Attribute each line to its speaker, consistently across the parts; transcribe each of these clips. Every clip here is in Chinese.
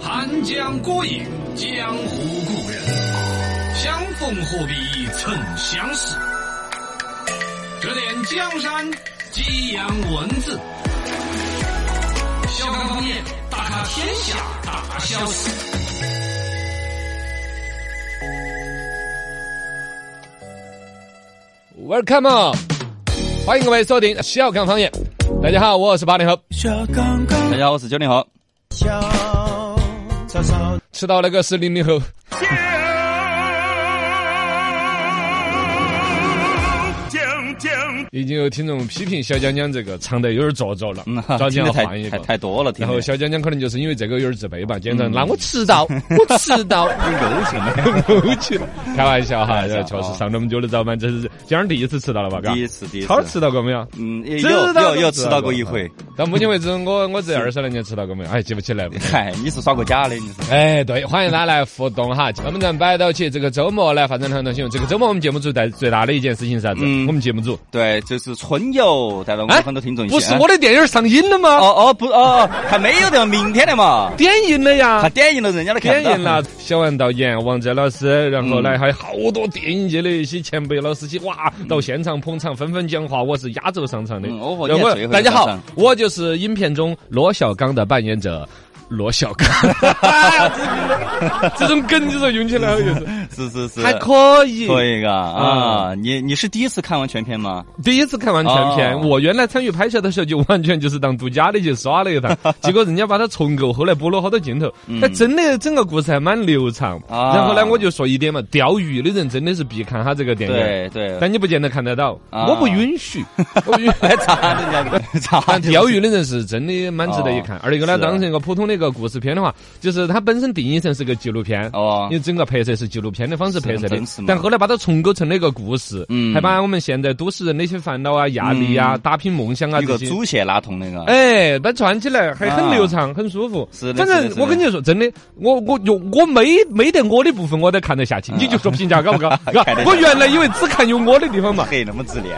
Speaker 1: 寒江孤影，江湖故人，相逢何必曾相识。指点江山，激扬文字，笑看枫叶，大咖天下大消息。
Speaker 2: Welcome on，欢迎各位收听《笑看方言》。大家好，我是八零后。
Speaker 3: 小刚刚
Speaker 4: 大家好，我是九零后。
Speaker 3: 小早早
Speaker 2: 迟到那个是零零后。已经有听众批评小江江这个唱得有点做作了
Speaker 4: 嗯，，
Speaker 2: 找
Speaker 4: 听
Speaker 2: 点
Speaker 4: 的
Speaker 2: 要
Speaker 4: 太
Speaker 2: 换一
Speaker 4: 太
Speaker 2: 个。
Speaker 4: 太多了，听嗯
Speaker 2: 然
Speaker 4: 的
Speaker 2: 后小江江可能就是因为这个有点自卑吧，经常那我迟到，我迟 到，
Speaker 4: 柔情的。
Speaker 2: 我去， 开玩笑哈，
Speaker 4: 开玩笑
Speaker 2: 这确实上那么久的早班，这是今儿第一次迟到了吧？嘎
Speaker 4: 第一次，第一次。
Speaker 2: 超儿迟到过没有？
Speaker 4: 嗯，也
Speaker 2: 知
Speaker 4: 有
Speaker 2: 道
Speaker 4: 有
Speaker 2: 都
Speaker 4: 有
Speaker 2: 知
Speaker 4: 迟
Speaker 2: 道
Speaker 4: 到过
Speaker 2: 过
Speaker 4: 一回。
Speaker 2: 到目前为止，我我这二十来年迟到过没有？哎，记不起来了。
Speaker 4: 嗨，你是耍过假的，你是？
Speaker 2: 哎，对，欢迎大家来互动哈。我们咱摆到起这个周末呢，反正很多新闻。这个周末我们节目组在最大的一件事情是啥子？
Speaker 4: 嗯
Speaker 2: 我们节目组
Speaker 4: 对，就是春游，带到我
Speaker 2: 哎
Speaker 4: 们很多听众一起。
Speaker 2: 不是我的电影上映了吗？
Speaker 4: 哦哦不哦，还没有的，明天 的嘛，
Speaker 2: 点映了呀
Speaker 4: 还，点映了人家的，
Speaker 2: 点映啊了。。小王导演、王哲老师，然后呢，还有好多电影界的一些前辈老师些，哇，到现场捧场，纷纷讲话。我是压轴上场的。
Speaker 4: 嗯哦
Speaker 2: 然
Speaker 4: 你
Speaker 2: 后
Speaker 4: 也最后
Speaker 2: 大家
Speaker 4: 上
Speaker 2: 好
Speaker 4: 场，
Speaker 2: 我就是影片中罗小刚的扮演者。罗小 刚， 这种梗你说用起来就是
Speaker 4: 是是是，
Speaker 2: 还可以，
Speaker 4: 可以嘎啊！你你是第一次看完全片吗？
Speaker 2: 第一次看完全片，
Speaker 4: 哦
Speaker 2: 我原来参与拍摄的时候就完全就是当度假的去耍了一 趟，结果人家把它重构，后来补了好多镜头，但真的整个故事还蛮流畅。
Speaker 4: 嗯啊
Speaker 2: 然后呢，我就说一点嘛，钓鱼的人真的是必看他这个电影，
Speaker 4: 对对，
Speaker 2: 但你不见得看得到，
Speaker 4: 啊
Speaker 2: 我不允 许，我不允
Speaker 4: 哎，咋人 家咋
Speaker 2: 但钓鱼的人是真的蛮值得一看，
Speaker 4: 哦
Speaker 2: 而一个呢，
Speaker 4: 是啊
Speaker 2: 当成一个普通的一个故事片的话，就是它本身定义成是个纪录片，
Speaker 4: 哦
Speaker 2: 因为整个拍摄是纪录片的方式拍摄
Speaker 4: 是
Speaker 2: 的
Speaker 4: 很真实，嘛
Speaker 2: 但后来把它重构成了一个故事，
Speaker 4: 嗯
Speaker 2: 还把我们现在都市人的一些烦恼啊、压力啊、打拼梦想啊
Speaker 4: 有
Speaker 2: 这
Speaker 4: 个
Speaker 2: 些。
Speaker 4: 主线拉通那个，
Speaker 2: 哎，把它串起来还很
Speaker 4: 啊
Speaker 2: 流畅，很舒服。
Speaker 4: 是的
Speaker 2: 反
Speaker 4: 是的
Speaker 2: 正
Speaker 4: 是的
Speaker 2: 我跟你说，真的，我我有我没没得我的部分，我都看得下去。你就说评价高不 高？嘎
Speaker 4: 啊看得下
Speaker 2: 我原来以为只看有我的地 方嘛，
Speaker 4: 嘿，那么自恋。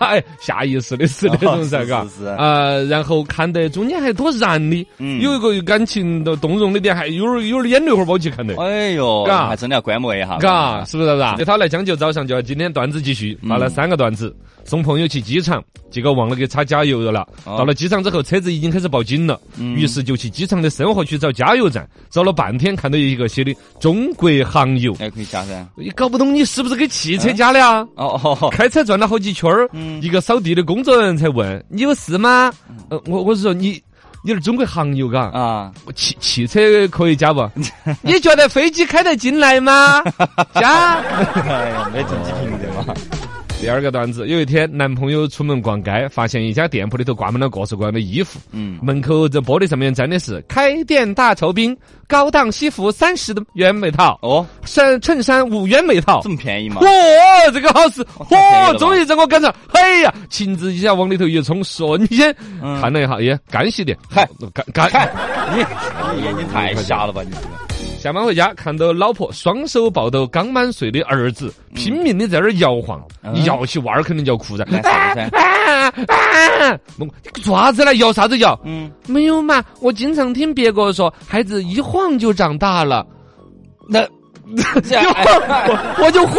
Speaker 2: 哎，下意识的是那种噻，
Speaker 4: 哦
Speaker 2: 嘎
Speaker 4: 是是是，
Speaker 2: 呃，然后看得中间还多燃的，
Speaker 4: 嗯
Speaker 2: 有一个感情的动容的点，还有点有点眼泪花儿把我去看的，
Speaker 4: 哎呦，
Speaker 2: 嘎
Speaker 4: 还真的要观摩一下。
Speaker 2: 嘎，，是不是啊？对嗯他来将就，早上就要今天段子继续，发了三个段子，送朋友去机场，结果忘了给插加油了。
Speaker 4: 哦
Speaker 2: 到了机场之后，车子已经开始报警了，于是就去机场的生活区找加油站，找了半天，看到有一个写的中国航油，
Speaker 4: 哎，可以加噻。
Speaker 2: 你搞不懂你是不是给汽车加的啊？
Speaker 4: 哦哦，
Speaker 2: 开车转了好几圈儿，
Speaker 4: 嗯
Speaker 2: 一个扫地的工作人员才问：“你有事吗？”呃，我我是说你，你是中国航油嘎，
Speaker 4: 啊，
Speaker 2: 汽汽车可以 加不？你觉得飞机开得进来吗？加。
Speaker 4: 哎呀，没整几瓶的嘛。
Speaker 2: 第二个段子，有一天男朋友出门逛街，发现一家店铺里头挂满了各式各样的衣服，
Speaker 4: 嗯，
Speaker 2: 门口这玻璃上面粘的是“开店大酬宾，高档西服三十元每套，
Speaker 4: 哦，
Speaker 2: 衫衬衫五元每套
Speaker 4: 这”么哦便宜嘛
Speaker 2: 哇、？这个好事！
Speaker 4: 太便宜
Speaker 2: 哇、
Speaker 4: 了吧
Speaker 2: 终于让我赶上！哎呀，情之一下往里头一冲，瞬间、看了一下，耶，干洗的，
Speaker 4: 嗯嗨
Speaker 2: 干
Speaker 4: 看
Speaker 2: 干。
Speaker 4: 你，你眼睛太瞎了吧？你这个
Speaker 2: 下班回家，看到老婆双手抱到刚满岁的儿子，拼命的在那儿摇晃，
Speaker 4: 嗯
Speaker 2: 摇起娃儿肯定就要哭噻。
Speaker 4: 难受噻。
Speaker 2: 啊啊！我你做啥子呢？摇啥子摇？
Speaker 4: 嗯，
Speaker 2: 没有嘛，我经常听别个说，孩子一晃就长大了，
Speaker 4: 那这
Speaker 2: 就晃，
Speaker 4: 哎
Speaker 2: 我我就晃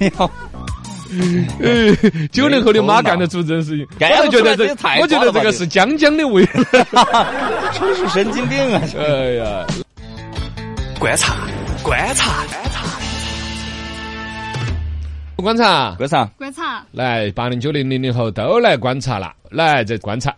Speaker 2: 一 晃。哎九零后的妈干得出这种事情，
Speaker 4: 干得
Speaker 2: 我就觉得
Speaker 4: 出来这也
Speaker 2: 这，
Speaker 4: 太
Speaker 2: 我觉得这
Speaker 4: 高了吧
Speaker 2: 个是江江的味。
Speaker 4: 真是神经病啊！
Speaker 2: 哎 呀，
Speaker 3: 观察观察
Speaker 2: 观察，
Speaker 4: 观察，
Speaker 5: 观察，
Speaker 2: 来八零九零零零后都来观察了，来这观察。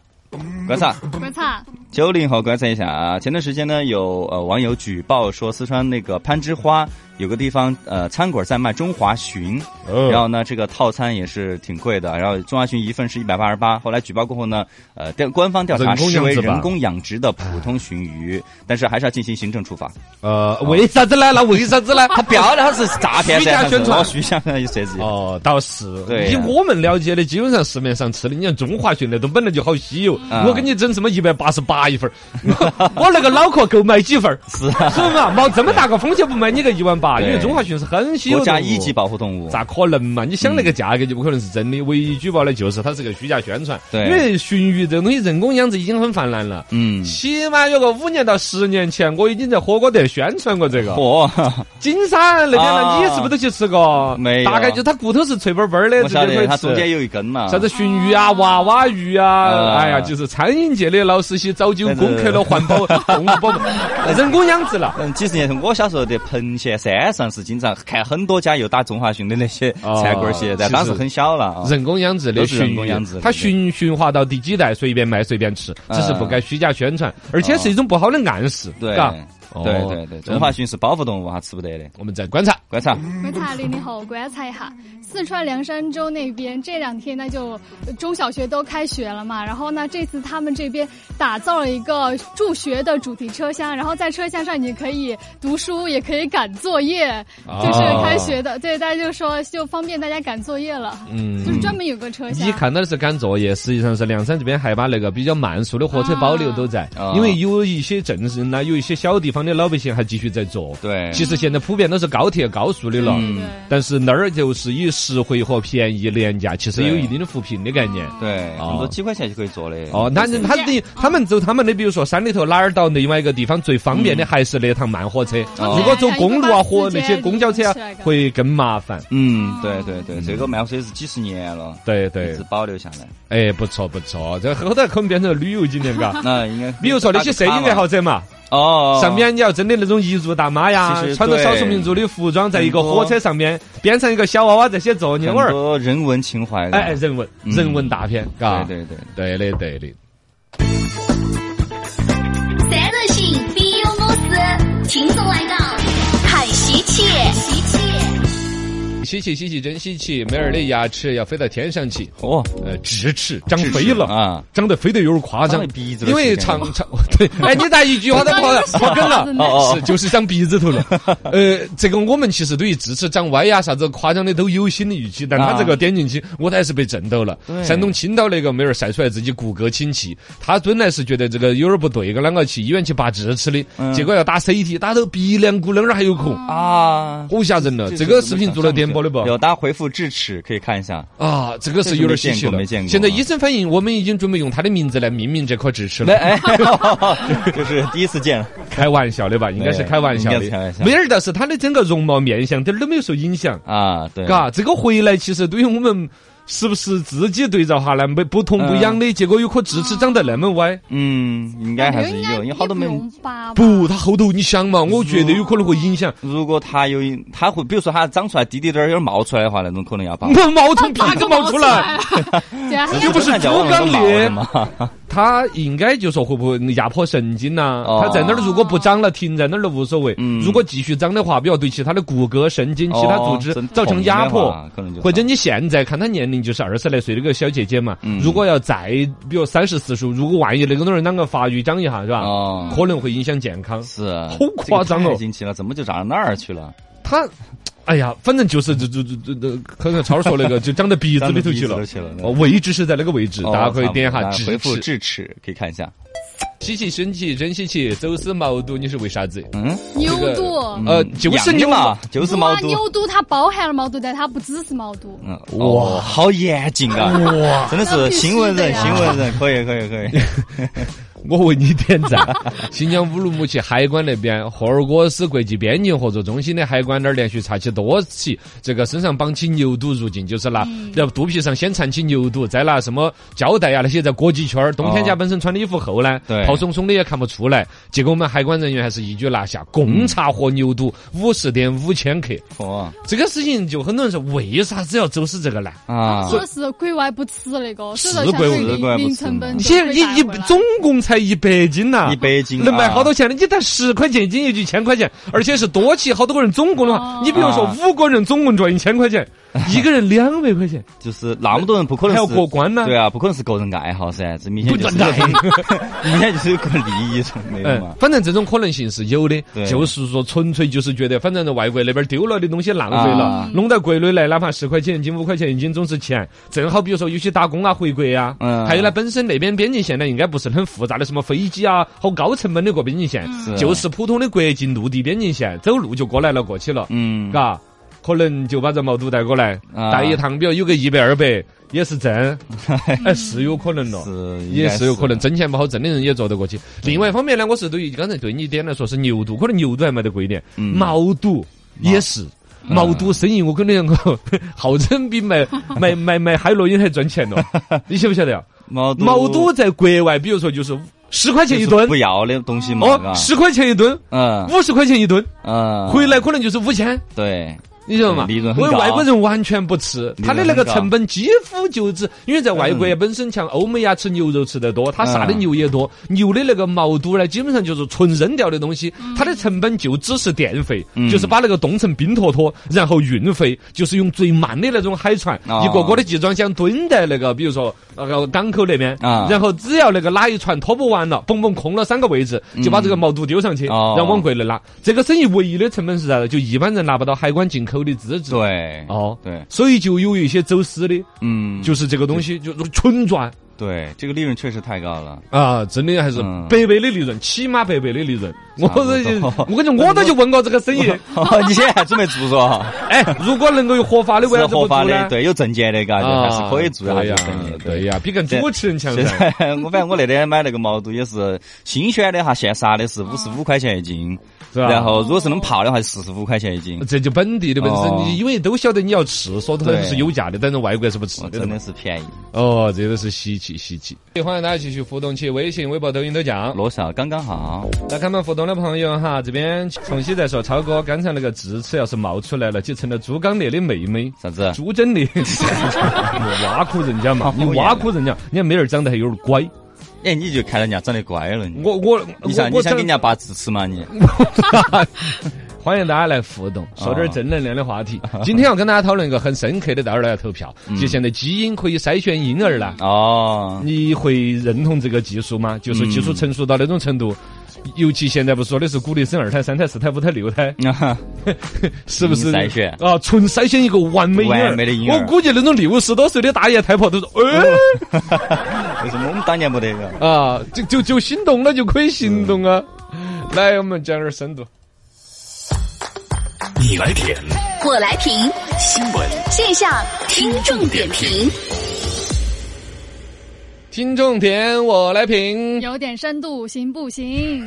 Speaker 4: 观察，
Speaker 5: 观察，
Speaker 4: 九零后观察一下啊。前段时间呢，有呃网友举报说，四川那个攀枝花有个地方呃餐馆在卖中华鲟，然
Speaker 2: 哦，
Speaker 4: 后呢，这个套餐也是挺贵的，然后中华鲟一份是一百八十八。后来举报过后呢，呃，调官方调查
Speaker 2: 人工
Speaker 4: 视
Speaker 2: 养
Speaker 4: 为
Speaker 2: 殖吧
Speaker 4: 人工养殖的普通鲟鱼，但是还是要进行行政处 罚。
Speaker 2: 呃，为啥子呢？那为啥子呢？
Speaker 4: 他不要的，他是诈骗
Speaker 2: 虚假
Speaker 4: 噻，他是
Speaker 2: 宣传
Speaker 4: 哦虚假的设计。
Speaker 2: 哦，倒是，
Speaker 4: 对
Speaker 2: 以
Speaker 4: 呀
Speaker 2: 我们了解的，基本上市面上吃的，你像中华鲟那种本来就好稀有，
Speaker 4: 啊
Speaker 2: 我给你整什么一百八十八一 份儿，我那个脑壳够买几份儿？
Speaker 4: 是啊，
Speaker 2: 是不是嘛？冒这么大个风险不买你个一万吧？因
Speaker 4: 对
Speaker 2: 为中华鲟是很稀有
Speaker 4: 国
Speaker 2: 的
Speaker 4: 家
Speaker 2: 动物
Speaker 4: 一级保护动物。
Speaker 2: 咋可能嘛？你想那个价格就不可能是真的，唯一举报的就是它是个虚假宣传。
Speaker 4: 对
Speaker 2: 因为鲟鱼这种东西人工养殖已经很泛滥了，
Speaker 4: 嗯，
Speaker 2: 起码有个五年到十年前，我已经在火锅店宣传过这个。
Speaker 4: 嚯，
Speaker 2: 金山那边
Speaker 4: 啊
Speaker 2: 呢，你是不是都去吃过？
Speaker 4: 没有
Speaker 2: 大概就它骨头是脆嘣嘣的，
Speaker 4: 我
Speaker 2: 直
Speaker 4: 晓
Speaker 2: 接可
Speaker 4: 得，
Speaker 2: 以
Speaker 4: 它中间
Speaker 2: 吃。
Speaker 4: 有一根 嘛。
Speaker 2: 啥子鲟鱼啊、娃娃鱼啊，
Speaker 4: 啊
Speaker 2: 哎呀，就是餐饮界的老司机早就攻克了环保、动物保护、 人工养殖了。
Speaker 4: 嗯，几十年前我小时候在彭县山上是经常看很多家又打中华鲟的那些餐馆儿些，
Speaker 2: 哦
Speaker 4: 但
Speaker 2: 其
Speaker 4: 当时
Speaker 2: 实
Speaker 4: 很小了啊。
Speaker 2: 人工养殖的
Speaker 4: 都是人
Speaker 2: 鲟
Speaker 4: 工
Speaker 2: 鱼
Speaker 4: 养殖的，
Speaker 2: 它驯驯化到第几代随便卖随便吃，只是不该虚假宣传，而且是一种不好的暗示，
Speaker 4: 啊对
Speaker 2: 嘎。
Speaker 4: 对
Speaker 2: 哦
Speaker 4: 对对，中华鲟是保护动物，哈，吃不得的。
Speaker 2: 我们再观察，
Speaker 4: 观察，
Speaker 5: 观察零零后，观察一下，四川凉山州那边这两天呢，就呃中小学都开学了嘛。然后呢，这次他们这边打造了一个助学的主题车厢，然后在车厢上你可以读书，也可以赶作业，就是开学的。对，大家就说就方便大家赶作业了，
Speaker 2: 嗯
Speaker 5: 就是专门有个车厢。
Speaker 4: 啊
Speaker 2: 你看到的是赶作业，实际上是凉山这边还把那个比较慢速的火车保留都在
Speaker 4: 啊，
Speaker 2: 因为有一些镇人呐，有一些小地方的老百姓还继续在做。
Speaker 4: 对，嗯
Speaker 2: 其实现在普遍都是高铁、高速的了，
Speaker 5: 对
Speaker 2: 但是那儿就是以实惠和便宜廉价，其实
Speaker 4: 对嗯
Speaker 2: 有一定的扶贫的概念。
Speaker 4: 对，
Speaker 2: 哦
Speaker 4: 很多几块钱就可以做的。
Speaker 2: 哦，那那他等于他们走他们的，比如说山里头哪儿到另外一个地方最方便的还是那趟慢火车。
Speaker 4: 嗯哦
Speaker 2: 如果走公路啊或
Speaker 5: 一个巴士
Speaker 2: 那些公交车啊
Speaker 5: 直接，
Speaker 2: 会更麻烦。
Speaker 4: 嗯，对对对，这个慢火车是几十年了，
Speaker 2: 对
Speaker 4: 一
Speaker 2: 对
Speaker 4: 直，保留下来。。
Speaker 2: 哎，不错不错，这后头可能变成旅游景点嘎
Speaker 4: 那应该，
Speaker 2: 比如说那些摄影爱好者嘛，
Speaker 4: 哦，
Speaker 2: 上面你要真的那种彝族大妈呀
Speaker 4: 其实，
Speaker 2: 穿着
Speaker 4: 对
Speaker 2: 少数民族的服装，在一个
Speaker 4: 很多
Speaker 2: 火车上面边上一个小娃娃在写作业
Speaker 4: 很
Speaker 2: 文儿，
Speaker 4: 多人文情怀的。
Speaker 2: 哎哎，啊人文
Speaker 4: 嗯
Speaker 2: 人文大片，嘎，
Speaker 4: 对对对。
Speaker 2: 对的对的。
Speaker 6: 三人行必有我师，轻松来搞，看稀奇，稀奇，
Speaker 2: 稀奇稀奇真稀奇，梅尔的牙齿要飞到天上去，
Speaker 4: 哦，
Speaker 2: 呃，智齿长肥了
Speaker 4: 啊，
Speaker 2: 长得肥得有点夸
Speaker 4: 长
Speaker 2: 张
Speaker 4: 得鼻子，都
Speaker 2: 因为
Speaker 4: 是这样
Speaker 2: 长长 对，哎，你咋一句话都跑了跑梗了？
Speaker 4: 哦
Speaker 5: 哦
Speaker 2: 是，就是长鼻子头 了。呃，这个我们其实对于智齿长歪呀、啥子夸张的都有心理预期，但他
Speaker 4: 啊
Speaker 2: 这个点进去，我还是被震到了
Speaker 4: 对。
Speaker 2: 山东青岛那个妹儿晒出来自己骨骼清奇，她本来是觉得这个有点不对，个啷个去医院去拔智齿的
Speaker 4: 嗯，
Speaker 2: 结果要打 CT，打到鼻梁骨那儿还有孔，
Speaker 4: 啊，
Speaker 2: 好吓人了。这个视频做了点播的不？
Speaker 4: 有，大家回复智齿可以看一下。
Speaker 2: 啊，这个是有点稀奇
Speaker 4: 这个
Speaker 2: 了。
Speaker 4: 没见过没见过啊
Speaker 2: 现在医生反映，我们已经准备用他的名字来命名这颗智齿
Speaker 4: 来，
Speaker 2: 了。
Speaker 4: 哎， 就是第一次见了。
Speaker 2: 开玩笑的吧？应该是开玩笑
Speaker 4: 应该是开玩
Speaker 2: 的
Speaker 4: 笑。
Speaker 2: 梅尔倒是他的整个容貌面相点儿都没有受影响，
Speaker 4: 啊，对，
Speaker 2: 嘎。这个回来其实对于我们是不是自己对照下来没不痛不痒的，结果有颗智齿长得那么歪？
Speaker 4: 嗯，应该
Speaker 5: 哎
Speaker 4: 还是有，因为好多没。
Speaker 5: 容疤吧
Speaker 2: 不，他后头你想嘛，我
Speaker 4: 嗯
Speaker 2: 觉得有可能会影响。
Speaker 4: 如果它有一，它会，比如说它长出来滴滴点儿，有点冒出来的话，那种可能要把。
Speaker 2: 毛啊毛从屁股冒出来，
Speaker 5: 对啊，
Speaker 2: 又不是
Speaker 4: 看起来往那个
Speaker 2: 猪刚
Speaker 4: 毛的
Speaker 2: 鬣
Speaker 4: 嘛。
Speaker 2: 他应该就说会不会压迫神经呐、
Speaker 4: 哦
Speaker 2: 他在那儿如果不长了，停在那儿都无所谓。
Speaker 4: 嗯
Speaker 2: 如果继续长的话，比较对其他的骨骼、神经、其他组织
Speaker 4: 哦真
Speaker 2: 造成压迫。
Speaker 4: 痛的话可能就
Speaker 2: 或者你现在看她年龄就是二十来岁的一个小姐姐嘛，
Speaker 4: 嗯
Speaker 2: 如果要再比如三十四十，如果万一那个东西啷个发育长一下是吧，
Speaker 4: 哦
Speaker 2: 可能会影响健康。
Speaker 4: 是，
Speaker 2: 好夸张哦
Speaker 4: 这个太惊奇了，怎么就长到那儿去了？
Speaker 2: 她，哎呀，反正就是这这这这这，可能超说那个就长到鼻子里头去
Speaker 4: 长到鼻
Speaker 2: 了
Speaker 4: 子里头去了，
Speaker 2: 哦位置是在那个位置，大家可以点一下
Speaker 4: 哦差不多大家回
Speaker 2: 智
Speaker 4: 复
Speaker 2: 齿。
Speaker 4: 智齿，可以看一下。
Speaker 2: 稀奇神奇真稀奇，走私毛肚你是为啥子？
Speaker 4: 嗯，
Speaker 5: 牛
Speaker 2: 这个
Speaker 5: 肚。
Speaker 2: 呃
Speaker 4: 嗯
Speaker 2: 就是
Speaker 4: 养的
Speaker 2: 牛
Speaker 4: 嘛，就是毛
Speaker 5: 哇
Speaker 4: 肚。
Speaker 5: 牛肚它包含了毛肚，但它不只是毛肚。
Speaker 4: 嗯，哇，好严谨啊！哇，真的是
Speaker 5: 那必须
Speaker 4: 新闻人，
Speaker 5: 的呀
Speaker 4: 新闻人，可以，可以，可以。
Speaker 2: 我为你点赞。 新疆乌鲁木齐海关那边，霍尔果斯国际边境合作中心的海关那儿连续查起多起这个身上绑起牛肚入境，就是拿在肚皮上先缠起牛肚，再拿什么胶带呀、啊那些再裹几圈儿。冬天家本身穿的衣服厚呢
Speaker 4: 对，
Speaker 2: 泡松松的也看不出来。结果我们海关人员还是一举拿下，共查获牛肚五十点五千克。
Speaker 4: 哦
Speaker 2: 这个事情就很多人说，为啥子要走私这个呢？
Speaker 4: 啊，
Speaker 5: 说是国外不吃那个，
Speaker 2: 是
Speaker 5: 所以说相
Speaker 2: 国
Speaker 5: 当于
Speaker 4: 国外不
Speaker 5: 零
Speaker 4: 吃
Speaker 5: 成本
Speaker 2: 你
Speaker 5: 就
Speaker 2: 现在
Speaker 5: 会
Speaker 2: 一
Speaker 5: 带
Speaker 2: 一
Speaker 5: 回来
Speaker 2: 总共才一百斤呐、
Speaker 4: 一百斤
Speaker 2: 能卖
Speaker 4: 啊
Speaker 2: 好多钱呢？你才十块钱一斤，也就一千块钱，而且是多起好多个人总共的话，
Speaker 5: 哦
Speaker 2: 你比如说
Speaker 4: 啊
Speaker 2: 五个人总共赚一千块钱，一个人两百块钱，
Speaker 4: 就是那么多人不可能
Speaker 2: 还要
Speaker 4: 是
Speaker 2: 过关呢
Speaker 4: 对啊，不可能是个人爱好噻，这明显就是
Speaker 2: 不存在
Speaker 4: 明显就是个利益上面的
Speaker 2: 嗯
Speaker 4: 嘛，。
Speaker 2: 反正这种可能性是有的，
Speaker 4: 对
Speaker 2: 就是说纯粹就是觉得，反正外国那边丢了的东西浪费了，
Speaker 4: 啊
Speaker 2: 弄到国内来，哪怕十块钱一斤、五块钱一斤总是钱。正好比如说有些打工啊回国呀、
Speaker 4: 嗯
Speaker 2: 还有呢本身那边边境线呢应该不是很复杂的，什么飞机啊，好高成本的过边境线，
Speaker 4: 是啊
Speaker 2: 就是普通的国境陆地边境线，走路就过来了过去了，
Speaker 4: 嗯，
Speaker 2: 嘎、可能就把这毛肚带过来，
Speaker 4: 啊
Speaker 2: 带一趟，比如有个一百二百也是 挣，哎是有可能了。
Speaker 4: 是应
Speaker 2: 也
Speaker 4: 该
Speaker 2: 是有可能，挣钱不好挣的人也做得过去。另外一方面呢，我是对于刚才对你一点来说是牛肚，可能牛肚还卖得贵一点，
Speaker 4: 嗯
Speaker 2: 毛肚也是。毛肚生意，我跟你讲过， 号称比 卖卖卖卖海洛因还赚钱了，哦你晓不晓得呀？
Speaker 4: 毛肚
Speaker 2: 毛肚在国外，比如说就是十块钱一
Speaker 4: 就是
Speaker 2: 吨
Speaker 4: 不，要的东西嘛，嘎
Speaker 2: 哦，十块钱一吨，
Speaker 4: 嗯
Speaker 2: 五十块钱一吨，
Speaker 4: 嗯，
Speaker 2: 回来可能就是五千，
Speaker 4: 对，
Speaker 2: 你晓得嘛？
Speaker 4: 嗯利润很
Speaker 2: 因为
Speaker 4: 高
Speaker 2: 外国人完全不吃，
Speaker 4: 利润
Speaker 2: 他的那个
Speaker 4: 很高
Speaker 2: 成本几乎就只，因为在外国本身像欧美啊，吃牛肉吃得多，他杀的
Speaker 4: 嗯
Speaker 2: 牛也多，牛的那个毛肚呢，基本上就是纯扔掉的东西，它的成本就只是电费，
Speaker 4: 嗯
Speaker 2: 就是把那个冻成冰坨坨，然后运费，就是用最慢的那种海船，
Speaker 4: 哦
Speaker 2: 一个个的集装箱蹲在那个，比如说那个港口那边，
Speaker 4: 啊
Speaker 2: 然后只要那个哪一船拖不完了，嘣嘣空了三个位置，就把这个毛肚丢上去，
Speaker 4: 嗯哦
Speaker 2: 然后往国内拉。这个生意唯一的成本是啥子？就一般人拿不到海关进口的资质。
Speaker 4: 对，
Speaker 2: 哦，
Speaker 4: 对，
Speaker 2: 所以就有一些走私的，
Speaker 4: 嗯，
Speaker 2: 就是这个东西就就纯赚
Speaker 4: 对，这个利润确实太高 了。
Speaker 2: 啊，真的还是
Speaker 4: 嗯
Speaker 2: 百倍的利润，起码百倍的利润。我
Speaker 4: 差不多
Speaker 2: 这 就我感觉我都就问过这个生意，
Speaker 4: 哦，你现在还准备做 说？
Speaker 2: 哎，如果能够有合法的，为啥
Speaker 4: 是
Speaker 2: 子不
Speaker 4: 合法
Speaker 2: 做
Speaker 4: 的，
Speaker 2: 呢？
Speaker 4: 对，有证件的，嘎，就还是可以做
Speaker 2: 啊对呀
Speaker 4: 下这个生意。，
Speaker 2: 对呀，比个主持人强
Speaker 4: 现
Speaker 2: 噻。
Speaker 4: 在我反正我那天买那个毛肚也是新鲜的哈，现杀的是五十五块钱一斤，
Speaker 2: 啊是吧啊
Speaker 4: 然后如果是能泡的话，四十五块钱一斤。
Speaker 2: 这就本地的本身，
Speaker 4: 哦
Speaker 2: 你因为都晓得你要吃，说它
Speaker 4: 对
Speaker 2: 是有价的，但是外国是不吃
Speaker 4: 我
Speaker 2: 的
Speaker 4: 真
Speaker 2: 嘛
Speaker 4: 的。是便宜，
Speaker 2: 哦，这个是稀奇稀奇。欢迎大家继续互动起，微信、微博、抖音都讲。
Speaker 4: 多少刚刚好。
Speaker 2: 来看我们互动的朋友哈，这边重熙在说，超哥刚才那个智齿要是冒出来了，就成了猪刚鬣的妹妹。
Speaker 4: 啥子？
Speaker 2: 猪真的，你挖苦人 家嘛，你挖苦人家，人家妹儿长得还有点乖。
Speaker 4: 哎，你就看人家长得乖了，你
Speaker 2: 我我
Speaker 4: 你想
Speaker 2: 我
Speaker 4: 你
Speaker 2: 我
Speaker 4: 想给
Speaker 2: 长
Speaker 4: 人家拔智齿吗？你
Speaker 2: 欢迎大家来互动，说点正能量的话 题。今天要跟大家讨论一个很深刻的，大家来投票。
Speaker 4: 嗯
Speaker 2: 就现在基因可以筛选婴儿了，
Speaker 4: 哦，
Speaker 2: 你会认同这个技术吗？就是技
Speaker 4: 嗯
Speaker 2: 术成熟到那种程度，尤其现在不是说的是鼓励生二胎、三胎、四胎、五胎、六胎， 是不是
Speaker 4: 纯筛选
Speaker 2: 啊？纯筛选一个完美婴儿，
Speaker 4: 完美的婴儿哦
Speaker 2: 我估计那种六十多岁的大爷太 婆都说，哎
Speaker 4: 为什么我们当年没得个？
Speaker 2: 啊，就就就心动了就可以行动啊！
Speaker 4: 嗯
Speaker 2: 来，我们讲点深度。
Speaker 1: 你来舔，
Speaker 6: 我来评，
Speaker 1: 新闻
Speaker 6: 线下听众点评。
Speaker 2: 听众点我来评，
Speaker 5: 有点深度行不行？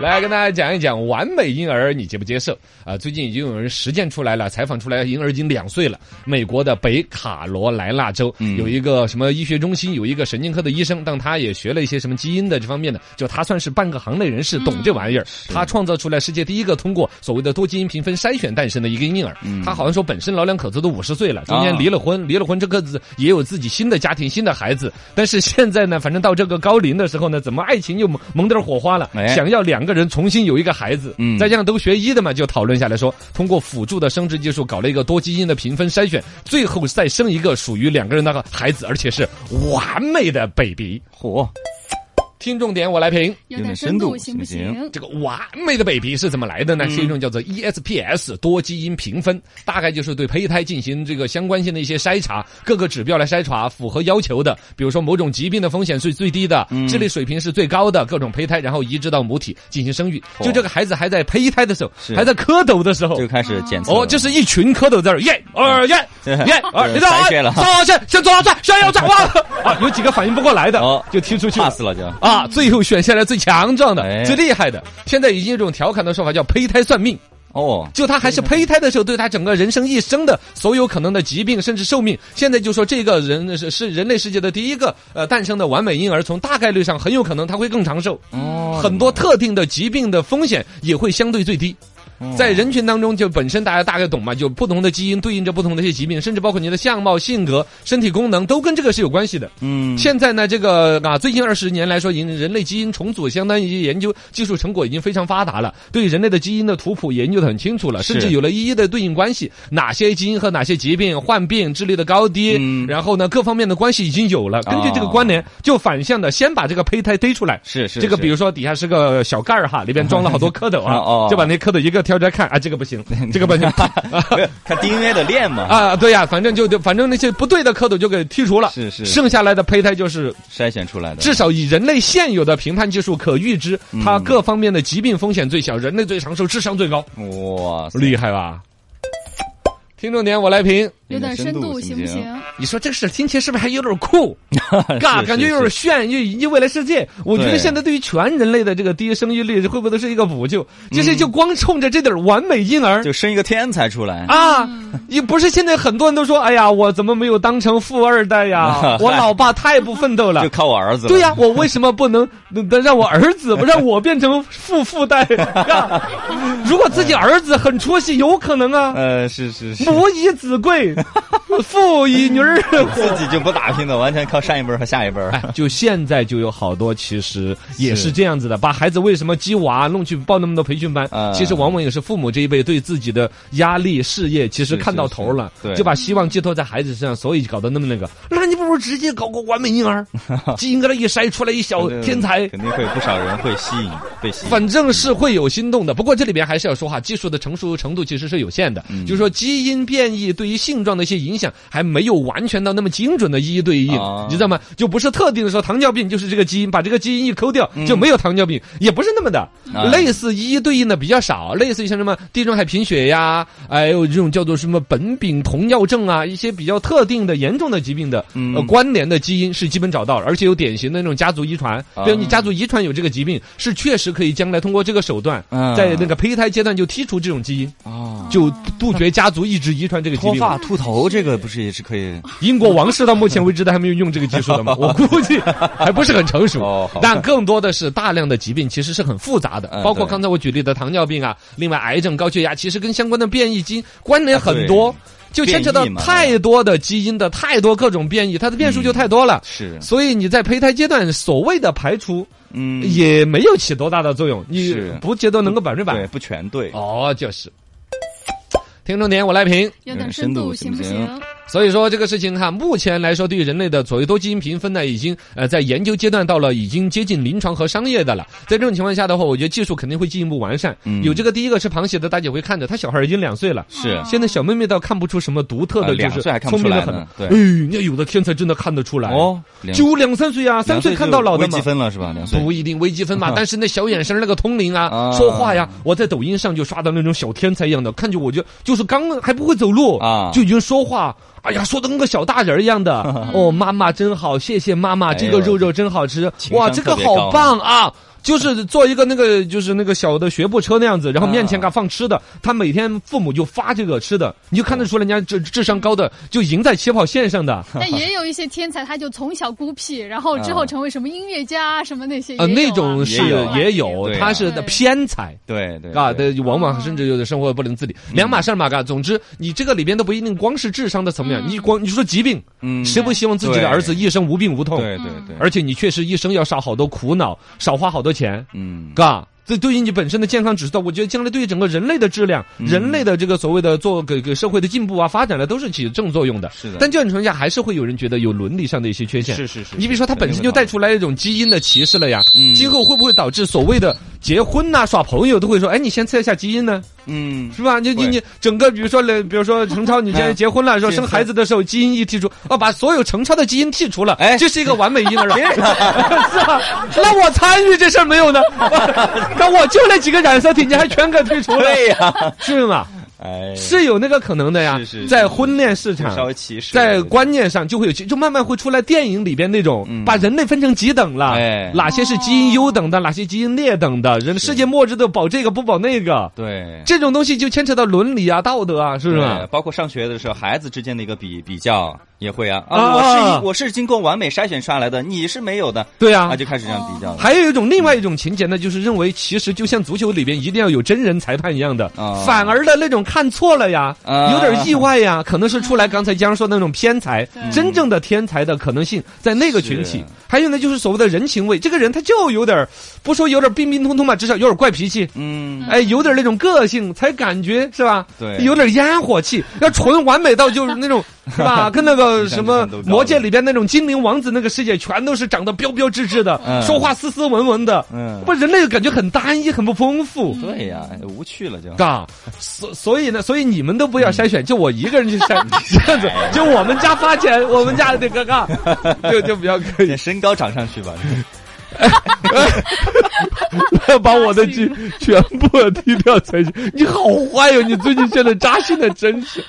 Speaker 2: 来跟大家讲一讲完美婴儿你接不接受啊？最近已经有人实践出来了，采访出来婴儿已经两岁了。美国的北卡罗来纳州、有一个什么医学中心，有一个神经科的医生，但他也学了一些什么基因的这方面的，就他算是半个行内人士，懂这玩意儿。他创造出来世界第一个通过所谓的多基因评分筛选诞生的一个婴儿。他好像说本身老两口子都五十岁了，中间
Speaker 4: 啊
Speaker 2: 离了婚，离了婚这个子也有自己新的家庭、新的孩子，但是现在呢，反正到这个高龄的时候呢，怎么爱情又萌萌点火花了，
Speaker 4: 哎
Speaker 2: 想要两个人重新有一个孩子，
Speaker 4: 嗯
Speaker 2: 再加上都学医的嘛，就讨论下来说，通过辅助的生殖技术搞了一个多基因的评分筛选，最后再生一个属于两个人的孩子，而且是完美的 baby。
Speaker 4: 嚯，
Speaker 2: 听重点，我来评。
Speaker 4: 有
Speaker 5: 有
Speaker 4: 点
Speaker 5: 点
Speaker 4: 深
Speaker 5: 深
Speaker 4: 度
Speaker 5: 度行不
Speaker 4: 行不行
Speaker 5: 行？
Speaker 2: 这个完美的 baby 是怎么来的
Speaker 4: 嗯
Speaker 2: 呢？是一种叫做 E ESPS 多基因评分，大概就是对胚胎进行这个相关性的一些筛查，各个指标来筛查符合要求的，比如说某种疾病的风险是最低的，
Speaker 4: 嗯
Speaker 2: 智力水平是最高的，各种胚胎然后移植到母体进行生育。
Speaker 4: 嚯
Speaker 2: 就这个孩子还在胚胎的时候
Speaker 4: 是，
Speaker 2: 还在蝌蚪的时候
Speaker 4: 就。开始检测了
Speaker 2: 哦，就是一群蝌蚪在那儿，耶，
Speaker 4: 嗯
Speaker 2: 二 耶，
Speaker 4: 对
Speaker 2: 耶，二，
Speaker 4: 对
Speaker 2: 你看啊
Speaker 4: 筛选呃了，
Speaker 2: 上先先左转，向 右转，哇，啊，有几个反应不过来的
Speaker 4: 哦，
Speaker 2: 就踢出去了
Speaker 4: pass 了就。
Speaker 2: 啊，最后选下来最强壮的、
Speaker 4: 哎
Speaker 2: 最厉害的。现在已经有一种调侃的说法叫“胚胎算命”，
Speaker 4: 哦，
Speaker 2: 就他还是胚胎的时候，对他整个人生一生的所有可能的疾病，甚至寿命，现在就说这个人呃是是人类世界的第一个呃诞生的完美婴儿，从大概率上很有可能他会更长寿，
Speaker 4: 哦，
Speaker 2: 很多特定的疾病的风险也会相对最低。在人群当中，就本身大家大概懂嘛，就不同的基因对应着不同的一些疾病，甚至包括你的相貌、性格、身体功能都跟这个是有关系的。
Speaker 4: 嗯，
Speaker 2: 现在呢，这个啊，最近二十年来说，人人类基因重组相当于一些研究技术成果已经非常发达了，对人类的基因的图谱研究的很清楚了，
Speaker 4: 是
Speaker 2: 甚至有了一一的对应关系，哪些基因和哪些疾病、患病、智力的高低，
Speaker 4: 嗯啊
Speaker 2: 然后呢，各方面的关系已经有了。根据这个关联，就反向的先把这个胚胎逮出来。
Speaker 4: 是是
Speaker 2: 这个
Speaker 4: 是
Speaker 2: 比如说底下是个小盖儿哈，里边装了好多蝌蚪
Speaker 4: 哦 哦
Speaker 2: 啊，就把那蝌蚪一个挑出来看啊，这个不 行，这个不行
Speaker 4: 没有看 DNA 的链嘛，
Speaker 2: 啊，对呀，反正就就反正那些不对的蝌蚪就给剔除了，
Speaker 4: 是是
Speaker 2: 剩下来的胚胎就是
Speaker 4: 筛选出来的，
Speaker 2: 至少以人类现有的评判技术可预知，
Speaker 4: 嗯
Speaker 2: 它各方面的疾病风险最小，人类最长寿，智商最高，
Speaker 4: 哇塞，
Speaker 2: 厉害吧？听众点我来评，
Speaker 5: 有点深
Speaker 4: 有点深
Speaker 5: 度行
Speaker 4: 度
Speaker 5: 不
Speaker 4: 行不
Speaker 5: 行？
Speaker 2: 你说这事听起来是不是还有点酷？
Speaker 4: 是
Speaker 2: 嘎，
Speaker 4: 是
Speaker 2: 感觉有点
Speaker 4: 是
Speaker 2: 炫，又迎接未来世界。我觉得
Speaker 4: 对
Speaker 2: 现在对于全人类的这个低生育率，会不会都是一个补救？这是就光冲着这点完美婴儿
Speaker 4: 嗯就生一个天才出来，？
Speaker 2: 啊！也不是现在很多人都说，哎呀，我怎么没有当成富二代呀 我老爸太不奋斗了
Speaker 4: 就。靠我儿子了，
Speaker 2: 对啊呀、我为什么不能 能让我儿子，不让我变成富富代？ 啊如果自己儿子很出息，有可能啊。
Speaker 4: 呃，是是是，
Speaker 2: 母以子贵，父以女儿火。
Speaker 4: 自己就不打拼了，完全靠上一辈儿和下一辈儿。
Speaker 2: 哎，就现在就有好多其实也
Speaker 4: 是
Speaker 2: 是这样子的，把孩子为什么鸡娃弄去报那么多培训班，
Speaker 4: 啊
Speaker 2: 其实往往也是父母这一辈对自己的压力、事业其实
Speaker 4: 是
Speaker 2: 看到
Speaker 4: 是
Speaker 2: 头了，
Speaker 4: 对
Speaker 2: 就把希望寄托在孩子身上，所以搞得那么那个。那你不如直接搞个完美婴 儿，基因给他一筛出来一小天才，
Speaker 4: 肯定会有不少人会吸引被吸引。
Speaker 2: 反正是会有心动的，不过这里边还是要说哈，技术的成熟程度其实是有限的，就是说基因变异对于性状的一些影响还没有完全到那么精准的一一对应，
Speaker 4: 啊
Speaker 2: 你知道吗？就不是特定的说糖尿病就是这个基因，把这个基因一抠掉就没有糖尿病，也不是那么的，
Speaker 4: 嗯啊
Speaker 2: 类似一一对应的比较少，类似于像什么地中海贫血呀，还有这种叫做什么苯丙酮尿症啊，一些比较特定的严重的疾病的、呃
Speaker 4: 嗯
Speaker 2: 关联的基因是基本找到了，而且有典型的那种家族遗传，
Speaker 4: 啊
Speaker 2: 比如你家族遗传有这个疾病，是确实可以将来通过这个手段，
Speaker 4: 嗯
Speaker 2: 在那个胚胎阶段就剔除这种基因，
Speaker 4: 啊，
Speaker 2: 就杜绝家族一直遗传这个疾
Speaker 4: 脱
Speaker 2: 病。
Speaker 4: 发秃头这个不是也是可以？
Speaker 2: 英国王室到目前为止都还没有用这个技术 的嘛，我估计还不是很成熟
Speaker 4: 哦好。
Speaker 2: 但更多的是大量的疾病其实是很复杂的
Speaker 4: 嗯，
Speaker 2: 包括
Speaker 4: 对
Speaker 2: 刚才我举例的糖尿病啊，另外癌症、高血压，其实跟相关的变异基因关联很多，就牵扯到
Speaker 4: 变异嘛
Speaker 2: 太多的基因的太多各种变异，它的变数就太多了。
Speaker 4: 嗯是，
Speaker 2: 所以你在胚胎阶段所谓的排除，
Speaker 4: 嗯，
Speaker 2: 也没有起多大的作用，你
Speaker 4: 是
Speaker 2: 不觉得能够百分之
Speaker 4: 对
Speaker 2: 百？
Speaker 4: 不全对。
Speaker 2: 哦，就是。听众点我来评，
Speaker 5: 有点深度行不
Speaker 4: 有点深
Speaker 5: 行？
Speaker 2: 所以说这个事情哈，目前来说对于人类的所谓多基因评分呢，已经呃在研究阶段到了已经接近临床和商业的了。在这种情况下的话，我觉得技术肯定会进一步完善。
Speaker 4: 嗯
Speaker 2: 有这个第一个吃螃蟹的大姐会看着，她小孩已经两岁了。
Speaker 4: 是
Speaker 2: 现在小妹妹倒看不出什么独特
Speaker 4: 啊
Speaker 2: 的，就
Speaker 4: 两
Speaker 2: 是
Speaker 4: 岁还看不
Speaker 2: 聪
Speaker 4: 出
Speaker 2: 明
Speaker 4: 来
Speaker 2: 的很
Speaker 4: 呢。对
Speaker 2: 哎，人家有的天才真的看得出来。
Speaker 4: 哦，两
Speaker 2: 就两三岁啊，三
Speaker 4: 两
Speaker 2: 岁
Speaker 4: 岁
Speaker 2: 看到老的
Speaker 4: 就
Speaker 2: 嘛
Speaker 4: 微积。分了是吧？两岁
Speaker 2: 不一定微积分 嘛，但是那小眼神儿、那个通灵啊，
Speaker 4: 啊
Speaker 2: 说话呀，我在抖音上就刷到那种小天才一样的，看着我就就是刚还不会走路
Speaker 4: 啊
Speaker 2: 就已经说话，哎呀，说的跟个小大人儿一样 的。哦，妈妈真好，谢谢妈妈，这个
Speaker 4: 哎呦
Speaker 2: 肉肉真好吃，
Speaker 4: 情
Speaker 2: 哇，
Speaker 4: 商
Speaker 2: 这个
Speaker 4: 特别高
Speaker 2: 好棒啊！就是做一个那个，就是那个小的学步车那样子，然后
Speaker 4: 啊
Speaker 2: 面前嘎放吃的，他每天父母就发这个吃的，你就看得出来人家智智商高的就赢在起跑线上 的。
Speaker 5: 但也有一些天才，他就从小孤僻，然后之后成为什么音乐家什么那些也有
Speaker 2: 呃，
Speaker 5: 啊，
Speaker 2: 那种是
Speaker 4: 也有啊
Speaker 2: 也有，
Speaker 4: 对
Speaker 2: 他
Speaker 4: 啊
Speaker 2: 是的
Speaker 5: 对
Speaker 2: 偏才。
Speaker 4: 对对
Speaker 2: 啊，
Speaker 4: 对嗯
Speaker 2: 对，往往甚至有的生活不能自理，两码事儿嘛，嘎。总之，你这个里边都不一定光是智商的层面，你光你说疾病，
Speaker 4: 嗯
Speaker 2: 谁不希望自己的儿子一生无病无痛？
Speaker 4: 对对对，
Speaker 2: 而且你确实一生要少好多苦恼，少花好多钱，
Speaker 4: 嗯，
Speaker 2: 嘎。这对于你本身的健康指数，我觉得将来对于整个人类的质量、
Speaker 4: 嗯
Speaker 2: 人类的这个所谓的做给给社会的进步啊、发展呢，都是起正作用的。
Speaker 4: 是的
Speaker 2: 但这种情况下，还是会有人觉得有伦理上的一些缺陷。
Speaker 4: 是是是
Speaker 2: 你比如说，他本身就带出来一种基因的歧视了呀，
Speaker 4: 嗯
Speaker 2: 今后会不会导致所谓的结婚呐、耍朋友都会说，哎，你先测一下基因呢，
Speaker 4: 嗯
Speaker 2: 是吧？你你
Speaker 4: 会
Speaker 2: 你整个，比如说，比如说程超，你现在结婚了，说生孩子的时候基因一剔除，哦，把所有程超的基因剔除了，
Speaker 4: 哎
Speaker 2: 这是一个完美婴儿，啊 是吧？那我参与这事儿没有呢？那我就那几个染色体，你还全给剔除了，
Speaker 4: 对呀，
Speaker 2: 是吗？
Speaker 4: 哎，
Speaker 2: 是有那个可能的呀
Speaker 4: 是是，是
Speaker 2: 在婚恋市
Speaker 4: 就
Speaker 2: 场
Speaker 4: 稍微歧视
Speaker 2: 在观念上就会有，就慢慢会出来电影里边那种、
Speaker 4: 嗯
Speaker 2: 把人类分成几等了，
Speaker 4: 哎
Speaker 2: 哪些是基因优等的，哪些基因劣等的，人世界末日都保这个不保那个，
Speaker 4: 对。
Speaker 2: 这种东西就牵扯到伦理啊、道德啊，是不
Speaker 4: 对
Speaker 2: 是？
Speaker 4: 包括上学的时候，孩子之间的一个比比较，也会啊
Speaker 2: 啊
Speaker 4: 啊！我是我是经过完美筛选出来的，你是没有的，
Speaker 2: 对啊
Speaker 4: 啊，就开始这样比较了。
Speaker 2: 还有一种另外一种情节呢，就是认为其实就像足球里边一定要有真人裁判一样的，
Speaker 4: 哦
Speaker 2: 反而的那种看错了呀，
Speaker 4: 啊
Speaker 2: 有点意外呀，可能是出来刚才江说的那种偏才，真正的天才的可能性在那个群体
Speaker 4: 是。
Speaker 2: 还有呢，就是所谓的人情味，这个人他就有点儿不说有点儿病病通通吧，至少有点儿怪脾气。
Speaker 4: 嗯，
Speaker 2: 哎，有点儿那种个性，才感觉是吧？
Speaker 4: 对
Speaker 2: 有点儿烟火气，要纯完美到就是那 种是吧？跟那个什么
Speaker 4: 比上去看都
Speaker 2: 《
Speaker 4: 高
Speaker 2: 魔戒》里边那种精灵王子那个世界，全都是长得标标致致的，
Speaker 4: 嗯
Speaker 2: 说话斯斯文文的，
Speaker 4: 嗯
Speaker 2: 不，人类感觉很单一，很不丰富。
Speaker 4: 对呀，无趣了就。
Speaker 2: 嘎，所所以呢，所以你们都不要筛选，就我一个人去 筛，这样子，就我们家花
Speaker 4: 哎
Speaker 2: 钱，我们家那个嘎，就就比较可 以
Speaker 4: 你，身高涨上去吧，
Speaker 2: 要把我 的剧全部踢掉才行。你好坏哟、你最近真的扎心的真是。